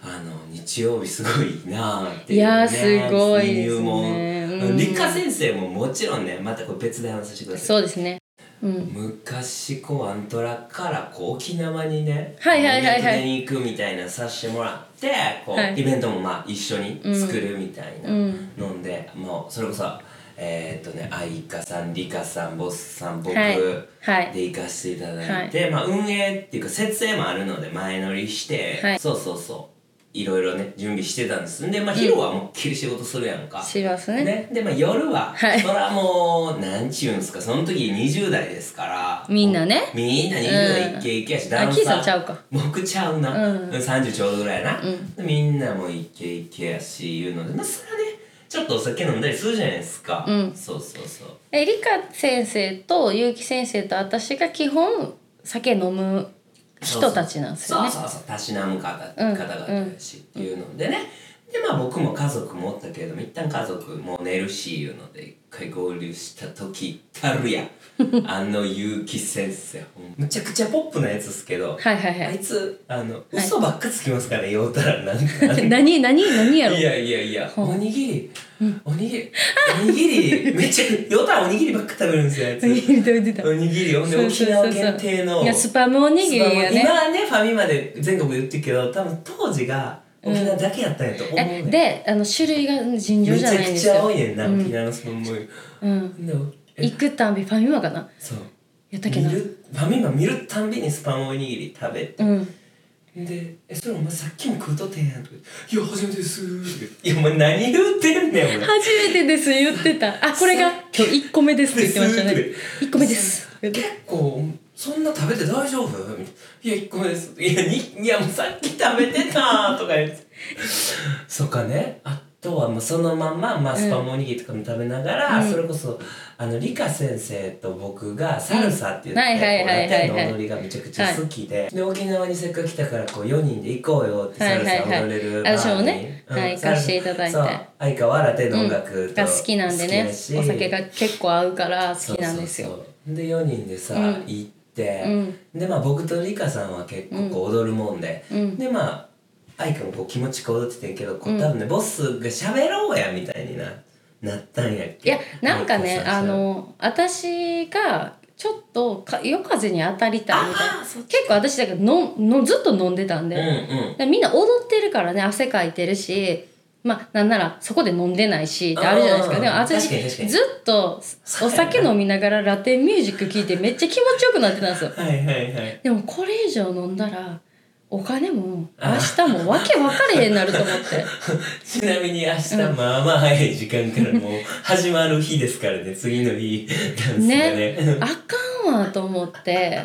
S2: あの日曜日すごいなあっていう、ね、
S1: いやーすごいで
S2: 入
S1: すね
S2: 門、
S1: うん
S2: 理科先生ももちろんねまたこれ別で話してください
S1: そうですねうん
S2: 昔こうアントラからこう沖縄にね
S1: はいはいはいはい
S2: イベントに行くみたいなさせてもらってこう、
S1: はい
S2: イベントもまあ一緒に作るみたいなので、もうそれこそえーっとね愛花さん理香さんボスさん僕
S1: は
S2: で
S1: いはい
S2: 行かせていただいて、まあ、運営っていうか設営もあるので前乗りして、
S1: はい
S2: そうそうそういろいろね準備してたんですんで、まあ、昼はもうっきり仕事するやんか。
S1: しますね
S2: ね、で、まあ、夜は、
S1: はい
S2: それはもうなんちゅうんですかその時20代ですから
S1: みんなね
S2: みんな20代イケイケやし、ダンサ
S1: キイさんちゃうか
S2: 僕ちゃうな、
S1: うん
S2: 30ちょうどぐらいやな、でみんなもイケイケやしいうので、まあ、それはねちょっとお酒飲んだりするじゃないですか、そうそうそう
S1: え理科先生と結城先生と私が基本酒飲む人たちなんですよね
S2: そうそうそうたしなむ方方々だしっていうのでね、でまあ僕も家族もおったけれども一旦家族もう寝るしいうので一回合流した時たる やあの結城先生ほんまむちゃくちゃポップなやつですけど、
S1: はいはいは
S2: あい
S1: い
S2: つあの嘘ばっかつきますから、言うたらなんか
S1: 何何何や ろ
S2: いやいやいや、おにぎり、おにぎり、おにぎ り、めっちゃ、ヨタおにぎりばっか食べるんですよ、あいつ。
S1: 出てた
S2: おにぎり、ほんで
S1: そう
S2: 沖
S1: そう
S2: 縄
S1: そうそう
S2: 限定の。
S1: いやスパムおにぎりやね
S2: 今はね、ファミマで全国で売ってるけど、多分当時が沖縄だけやったんやと思うね
S1: えであの種類が尋常
S2: め
S1: じ
S2: ち
S1: ゃ
S2: ゃ
S1: ないん
S2: く
S1: です
S2: ちゃ多
S1: よ
S2: いねんな、沖縄のスパムも。うん。で、え
S1: 行くたんびファミマかな
S2: そう。
S1: やったっけ
S2: 見
S1: な
S2: るファミマ見るたんびにスパンおにぎり食べて
S1: うん
S2: で「えそれお前さっきも食うとってんやん」とか言って「いや初めてです」って言っていやお前何言うてんねん俺
S1: 初めてです言ってたあこれが今日1個目ですって言ってましたね
S2: で
S1: 1個目です
S2: 結構そんな食べて大丈夫?」みたいな「いや1個目です」「いやにいやもうさっき食べてた」とか 言ってそっかねあとはもうそのまんま、まあ、スパムおにぎりとかも食べながら、
S1: うん
S2: それこそあの理科先生と僕がサルサって言って、
S1: うんはいはい
S2: こう
S1: はい
S2: ラ
S1: はい
S2: テンの踊りがめちゃくちゃ好きで,、で沖縄にせっかく来たからこう4人で行こうよってサルサ踊れる
S1: は
S2: バー
S1: いはいはい
S2: に
S1: 私もね
S2: うん
S1: はい行かせていただいて
S2: そう相川はラテンの音楽と、
S1: が好きなんでね
S2: 好きだし
S1: お酒が結構合うから好きなんですよ
S2: そうそうそうで4人でさ、
S1: うん
S2: 行って、
S1: うん
S2: でまあ僕とリカさんは結構こう踊るもんで、
S1: うん
S2: でまあ愛くんこう気持ちこう踊っててんけどこ
S1: う
S2: うん多分ね、ボスが喋ろうやみたいにななったんやっ
S1: い
S2: け
S1: やなんかね
S2: リカさ
S1: あ
S2: ん
S1: の私がちょっとか夜風に当たりたいみたいな
S2: あーそっ
S1: 結構私だけどののずっと飲んでたん
S2: う
S1: で
S2: ん、うん
S1: でみんな踊ってるからね汗かいてるしまあなんならそこで飲んでないしってあるじゃないです
S2: う
S1: か
S2: ん
S1: でも私
S2: 確かに確かに
S1: ずっとお酒飲みながらラテンミュージック聴いてめっちゃ気持ちよくなってたんですよ
S2: はいはいはい
S1: でもこれ以上飲んだらお金も明日もわけ分かれへんなると 思って
S2: ちなみに明日、まあまあ早い時間からもう始まる日ですからね次の日ダンスがね
S1: ねあかんわと思って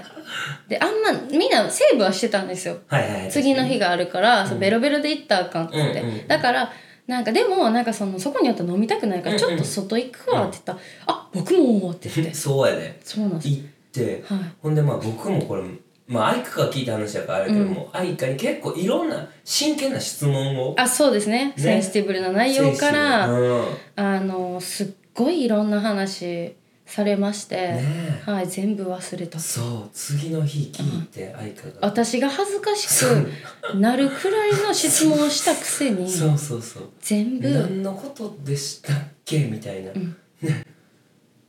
S1: であんまみんなセーブはしてたんですよ
S2: はいはい
S1: 次の日があるから、そうベロベロで行ったらあかんっつって、
S2: うんうんうん
S1: だからなんかでもなんかそのそこにあったら飲みたくないからちょっと外行くわって言ったら「あ僕も」って言って
S2: そうやで
S1: そうなんですよ
S2: 行って
S1: はい
S2: ほんでまあ僕もこれまあ愛花が聞いた話だからあれやけど
S1: うん
S2: も愛花、に結構いろんな真剣な質問を
S1: あそうですね
S2: ね
S1: センシティブな内容から、
S2: うん
S1: あのすっごいいろんな話されまして、
S2: ねえ
S1: はい、全部忘れた
S2: そう次の日聞いて愛花が
S1: 私が恥ずかし
S2: そう
S1: くなるくらいの質問をしたくせに
S2: そうそうそう
S1: 全部
S2: 何のことでしたっけみたいな、ね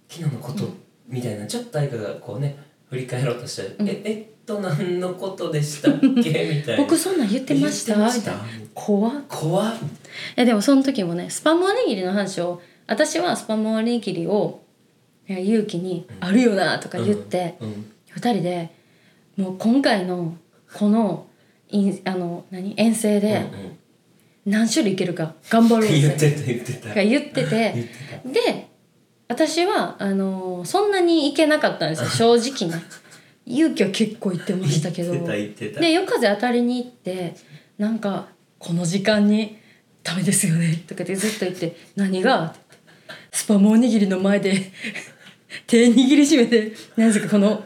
S2: 昨日のこと、みたいなちょっと愛花がこうね振り返ろうとして、ええっと何のことでしたっけみたいな
S1: 僕そんなん言ってました
S2: 言ってました
S1: みたいな怖っ
S2: 怖っ
S1: えでもその時もねスパムおにぎりの話を私はスパムおにぎりをいや勇気に「あるよな」とか言って、
S2: うんうん
S1: 二人でもう今回のこのインあの何遠征
S2: うん
S1: で何種類いけるか頑張ろう
S2: うん言って
S1: ぜ
S2: た言ってた
S1: とか言って
S2: 言ってて
S1: で私はあのそんなにいけなかったんですよ正直ね勇気は結構いってましたけど
S2: 言ってた言ってた
S1: で夜風当たりに行ってなんか「この時間にダメですよね」とかってずっと言って「何が?」って言ってスパムおにぎりの前で 手握りしめて何ですかこの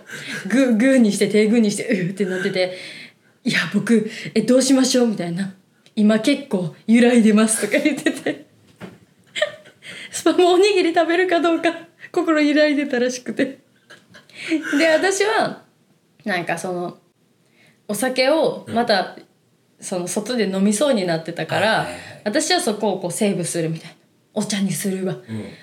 S1: グーグーにして手グーにしてうーってなってて「いや僕えどうしましょう」みたいな「今結構揺らいでます」とか言っててスパムおにぎり食べるかどうか心揺らいでたらしくてで私はなんかそのお酒をまた、その外で飲みそうになってたから、
S2: はいはいはい
S1: 私はそこをこうセーブするみたいなお茶にするわ、
S2: ん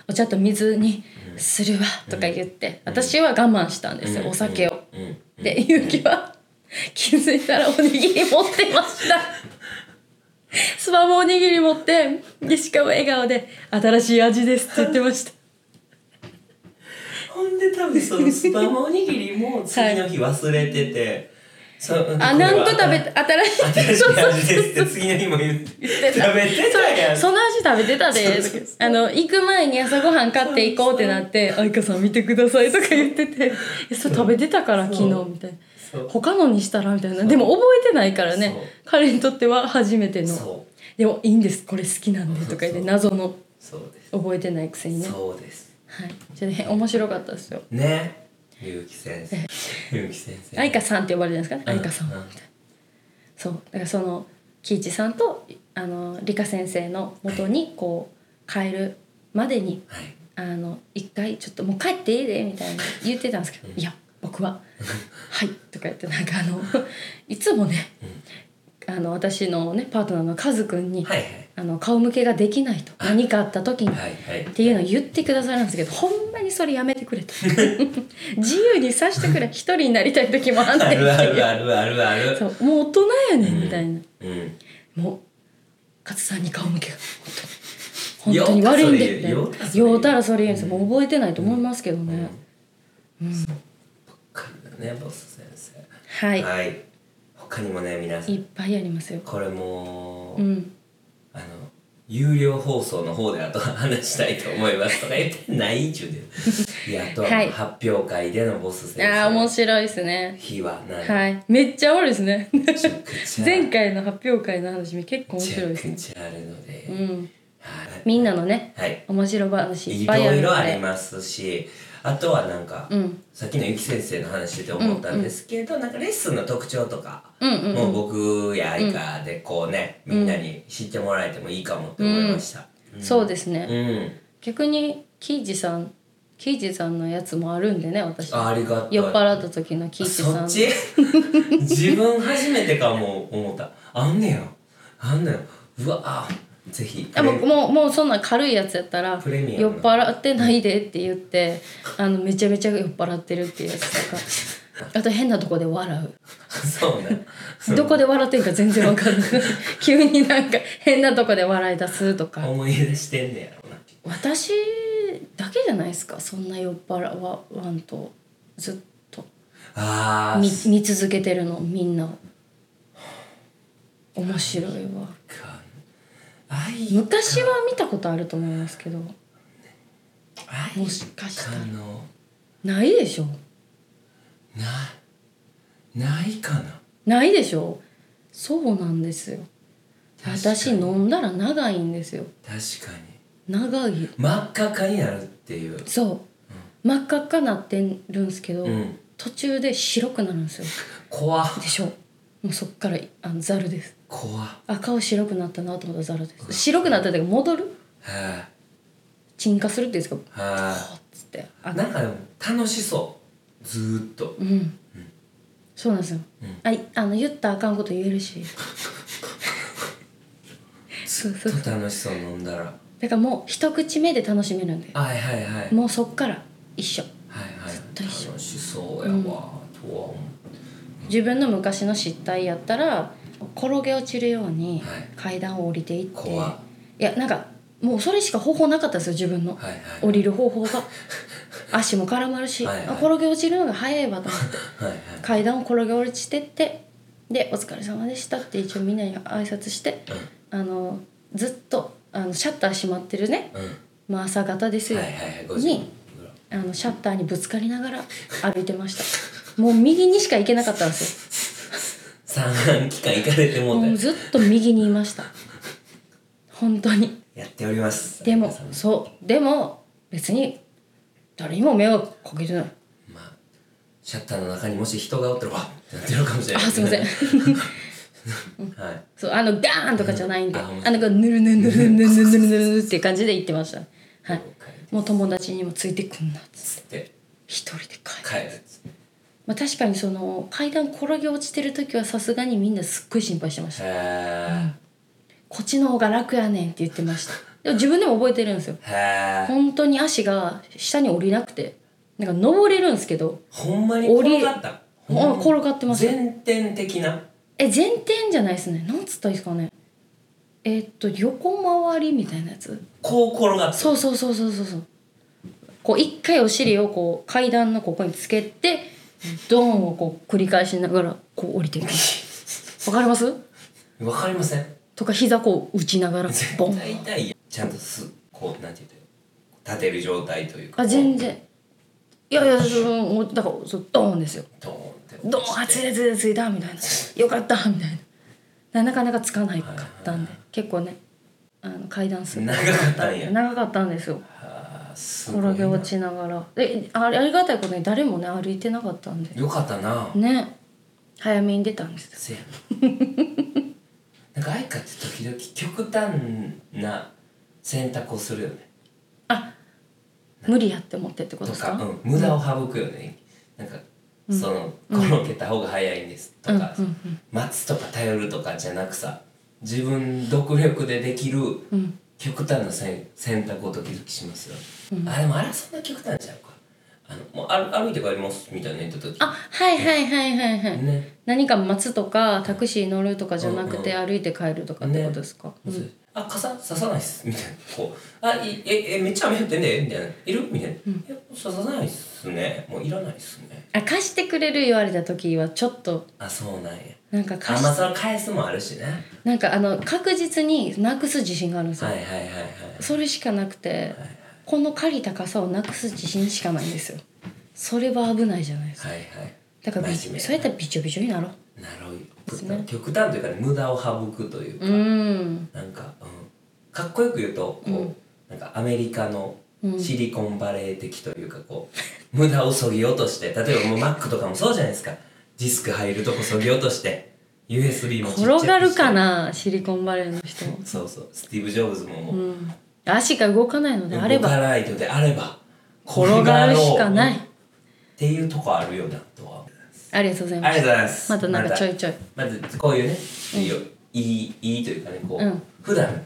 S1: お茶と水にするわとか言って、私は我慢したんですよ、
S2: うん
S1: お酒を。
S2: うんうん
S1: で勇気は気づいたらおにぎり持ってましたスマホおにぎり持ってでしかも笑顔で「新しい味です」って言って ました
S2: ほんで多分そのスパムおにぎりも次の日忘れてて、そ
S1: あなんと食べ
S2: た
S1: て新しい
S2: 新し
S1: そう
S2: い
S1: そう
S2: 味ですって次の日も言って
S1: 言ってた
S2: 食べてたやん
S1: その味食べてた
S2: そう
S1: で
S2: そうそ
S1: あの行く前に朝ごはん買っていこうってなって「愛花さん見てください」とか言ってて「えそれ食べてたから昨日」みたい
S2: そう
S1: な他のにしたらみたいなでも覚えてないからね
S2: そう
S1: 彼にとっては初めての
S2: そう
S1: でもいいんですこれ好きなんでとか言って謎の
S2: そうです、
S1: 覚えてないくせにね
S2: そうです
S1: はいちょっとね面白かったですよ
S2: ねゆうき先生ゆうき先生
S1: 愛花さんって呼ばれるんですかね
S2: うん
S1: 愛花さんみたいなそうだからその喜一さんとあの理科先生の元にこう帰るまでに
S2: はい
S1: あの一回ちょっともう帰っていいでみたいな言ってたんですけど「いや僕ははい」とか言ってなんかあのいつもねあの私のねパートナーのカズくんに、
S2: はいはい
S1: あの顔向けができないと何かあった時に、
S2: はいはい
S1: っていうのを言ってくださるんですけどほんまにそれやめてくれと自由にさしてくれ一人になりたい時もあん
S2: あ
S1: ねん
S2: るある
S1: っ
S2: あるあるあ
S1: て
S2: る
S1: そうもう大人やねんみたいな、
S2: うん
S1: もう勝さんに顔向けが本
S2: よう
S1: 当に本当に悪いんでみたいな
S2: ようたらそれ言う
S1: ようたらそれ言うんですよもう覚えてないと思いますけどね、
S2: るんだねボス先生
S1: はい、
S2: はい他にもね皆さ
S1: い、
S2: ん
S1: っぱいありますよ
S2: これもう、
S1: うん
S2: あの有料放送の方であとは話したいと思いますとか言ってないっちゅうでいやあとは
S1: はい
S2: 発表会でのボス先
S1: ああ
S2: 生
S1: 面
S2: の
S1: 白いですね
S2: 日はなんか
S1: はいめっちゃおもろいですね
S2: めちゃくちゃ
S1: 前回の発表会の話も結構
S2: め
S1: 面
S2: ちゃ
S1: 白いです
S2: く
S1: ね
S2: ちゃあるので、
S1: うん
S2: はい
S1: みんなのね
S2: はい
S1: 面白話い
S2: い
S1: っぱいあ
S2: ろ
S1: る
S2: い
S1: の
S2: ろあ
S1: で
S2: りますしあとはなんか、
S1: うん
S2: さっきのゆき先生の話で思ったんですけど、なんかレッスンの特徴とか、
S1: うんうん
S2: もう僕や愛花でこうね、みんなに知ってもらえてもいいかもって思いました、
S1: そうです
S2: うん
S1: ね逆にキイジさんキイジさんのやつもあるんでね私
S2: あありがとう
S1: 酔っ払った時のキイジ
S2: そ
S1: さ
S2: っ
S1: ん
S2: ち自分初めてかも思ったあんねやあんねやうわあぜひ
S1: でももうもうそんな軽いやつやったら
S2: プレミアム
S1: 酔っ払ってないでって言ってあのめちゃめちゃ酔っ払ってるっていうやつと かあと変なとこで笑
S2: そうね
S1: うどこで笑ってんか全然わ かんない急になんか変なとこで笑い出すとか
S2: 思い出してんねやろな
S1: 私だけじゃないですかそんな酔っ払わわんとずっと
S2: あー
S1: 見見続けてるのみんな面白いわ
S2: か愛
S1: 昔は見たことあると思いますけど
S2: 愛
S1: もしかし
S2: か
S1: た
S2: らの
S1: ないでしょ
S2: なないかな
S1: ないでしょそうなんですよ
S2: 確かに
S1: 私飲んだら長いんですよ
S2: 確かに
S1: 長い
S2: 真っ赤っかになるっていう
S1: そう真っ赤っかなってるんですけど、
S2: うん
S1: 途中で白くなるんですよ
S2: 怖っ
S1: でしょもうそっからあのザルです
S2: 怖っ
S1: あ顔白くなったなと思ったらザルです白くなったというか戻る
S2: は
S1: 沈下するっていうんです
S2: い
S1: か
S2: は
S1: こうっつってあ
S2: いなんかでも楽しそうずーっと
S1: うん、そうなんですよ、あいあの言ったらあかんこと言える しそうそう
S2: ずっと楽しそう飲んだら
S1: だからもう一口目で楽しめるんで
S2: はいはいはいはい
S1: もうそっから一緒と
S2: はい
S1: 一緒
S2: 楽しそうやわ、とは思う
S1: 自分の昔の失態やったら転げ落ちるように
S2: はい階
S1: 階段を降りていって、
S2: 怖っ
S1: い、やなんかもうそれしか方法なかったですよ自分の、
S2: はいはい
S1: 降りる方 法が足も絡まるし、
S2: はいはい
S1: あ転げ落ちるのが早いわと 思って
S2: はいはい
S1: 階段を転げ落ちてってで「お疲れ様でした」って一応みんなに挨拶して、あのずっとあのシャッター閉まってるね、
S2: う
S1: まあ、朝方です
S2: ん
S1: よ、
S2: はいはいはい50
S1: にあのシャッターにぶつかりながら歩いてま したもう右にしか行けなかったんです
S2: 三半期間行かれて
S1: よ
S2: もうた
S1: も
S2: よ
S1: うずっと右にいました本当に
S2: やっております
S1: でも
S2: 皆様
S1: そうでも別に誰にも迷惑かけてない
S2: まあシャッターの中にもし人がおったらわっってなってるかもしれない
S1: あすいません
S2: はい
S1: そうあのガーンとかじゃないんで、
S2: うんあ面
S1: あのこうぬるぬるぬるぬるぬるぬるぬるぬるっていう感じで行ってましたはい
S2: 了解
S1: もう友達にもついてくんなっつ
S2: つ
S1: って
S2: って
S1: 一人で帰
S2: 帰る
S1: る、まあ、確かにその階段転げ落ちてる時はさすがにみんなすっごい心配してました、
S2: へ
S1: こっちの方が楽やねんって言ってましたでも自分でも覚えてるんですよ
S2: えへえ
S1: 本当に足が下に降りなくてなんか登れるんですけど
S2: ほんまに
S1: 降り
S2: 転がったほんま
S1: あ
S2: に
S1: 転がってます
S2: 前転的な
S1: え前転じゃないですねなんつったらいいですかねえっと横回りみたいなやつ
S2: こう転がった
S1: そうそうそうそうそうそうこう一回お尻をこう階段のここにつけてドーンをこう繰り返しながらこう降りていくわかります
S2: わかりません
S1: とか膝こう打ちながらボン
S2: 絶対痛いやんちゃんとすこうなんて言うて立てる状態というか
S1: あ全然いやいやそうもうだからそうドーンですよ
S2: ドーンって
S1: ドーンあついたついたついたみたいなよかったみたいななかなかつかないかったんで結構ねあの階段数
S2: 長かったんや
S1: 長かったんですよ
S2: あーすごいな
S1: 転げ落ちながらであありがたいことに誰もね歩いてなかったんで
S2: よかったな
S1: ね早めに出たんです
S2: せや ななんか愛花って時々極端な選択をするよね
S1: あ無理やって思ってってこ
S2: と
S1: とですか
S2: か、うん、無駄を省くよね、なんかその転げた方が早いんですとか、
S1: うんうん
S2: 待つとか頼るとかじゃなくさ自分独力でできる
S1: ん
S2: 極端なせん選択を時々しますよ、あでもあれはそんな極端ちゃうかあのもう歩歩いて帰りますみたいな言った時
S1: あはいはいはいはいはい、
S2: ね
S1: 何か待つとかタクシー乗るとかじゃなくて歩いて帰るとかってことですか、うん
S2: あ傘刺さないっすみたいなこう「あいええめっちゃ雨降ってんで」みたいな「いる?」みたいな「いや刺さないっすねもういらないっすね」
S1: ああ貸してくれる言われた時はちょっと
S2: あそうなんや
S1: なんか
S2: あ
S1: 貸
S2: んま
S1: し
S2: その返すもあるしね
S1: なんかあの確実になくす自信があるんですよ、
S2: はいはいはいはい
S1: それしかなくてこの借りた傘をなくす自信しかないんですよそれは危ないじゃないですか
S2: はいはい
S1: だからび
S2: 真面目な
S1: そうやったらびちょびちょになろう
S2: なる
S1: です
S2: ほど、
S1: ね
S2: 極端というか、ね、無駄を省くというか、
S1: うん
S2: なんか、うん、かっこよく言うとこう、なんかアメリカのシリコンバレー的というかこう、 無駄をそぎ落として例えばもうマックとかもそうじゃないですかディスク入るとこそぎ落として USB もちっちゃくして
S1: 転がるかなシリコンバレーの人も、
S2: そうそうスティーブ・ジョブズももう、
S1: うん、足が動かないのであれ
S2: 動
S1: ば
S2: かないのであれば
S1: 転がるしかな
S2: 転がろ
S1: い
S2: うっていうとこあるよなとは
S1: ありがとうござい
S2: あ
S1: ま
S2: りがとう
S1: す
S2: ございます
S1: またなんかちょいちょい
S2: まずこういうね、いいよいいいいというかねこう、
S1: うん
S2: 普段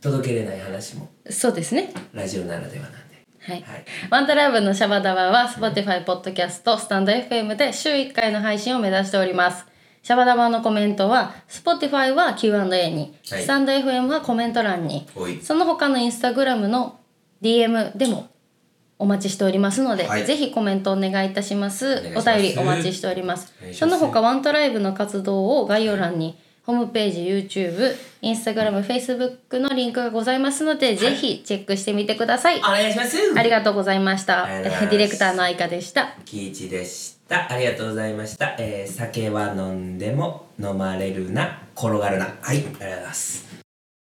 S2: 届けれない話も
S1: そうですね
S2: ラジオならではなんで
S1: はい
S2: はい
S1: ワントライブのシャバダバは Spotify ポッドキャストスタンド FM で週1回の配信を目指しておりますシャバダバのコメントは Spotify は Q&A に、
S2: はい
S1: スタンド FM はコメント欄に
S2: おい
S1: その他の Instagram の DM でもお待ちしておりますので、
S2: はい
S1: ぜひコメントお願いいたします
S2: 願いし
S1: お
S2: ます
S1: 便りお待ちしております
S2: お願いし
S1: そ
S2: ます
S1: の他ワントライブの活動を概要欄にホームページ YouTube インスタグラム Facebook のリンクがございますので、ぜひチェックしてみてください
S2: お願いします
S1: ありがとうございました。
S2: あり
S1: デ
S2: がとうございます
S1: ィレクターの愛花でした。
S2: キイチでしたありがとうございました、えー、酒は飲んでも飲まれるな転がるなはいありがとうございます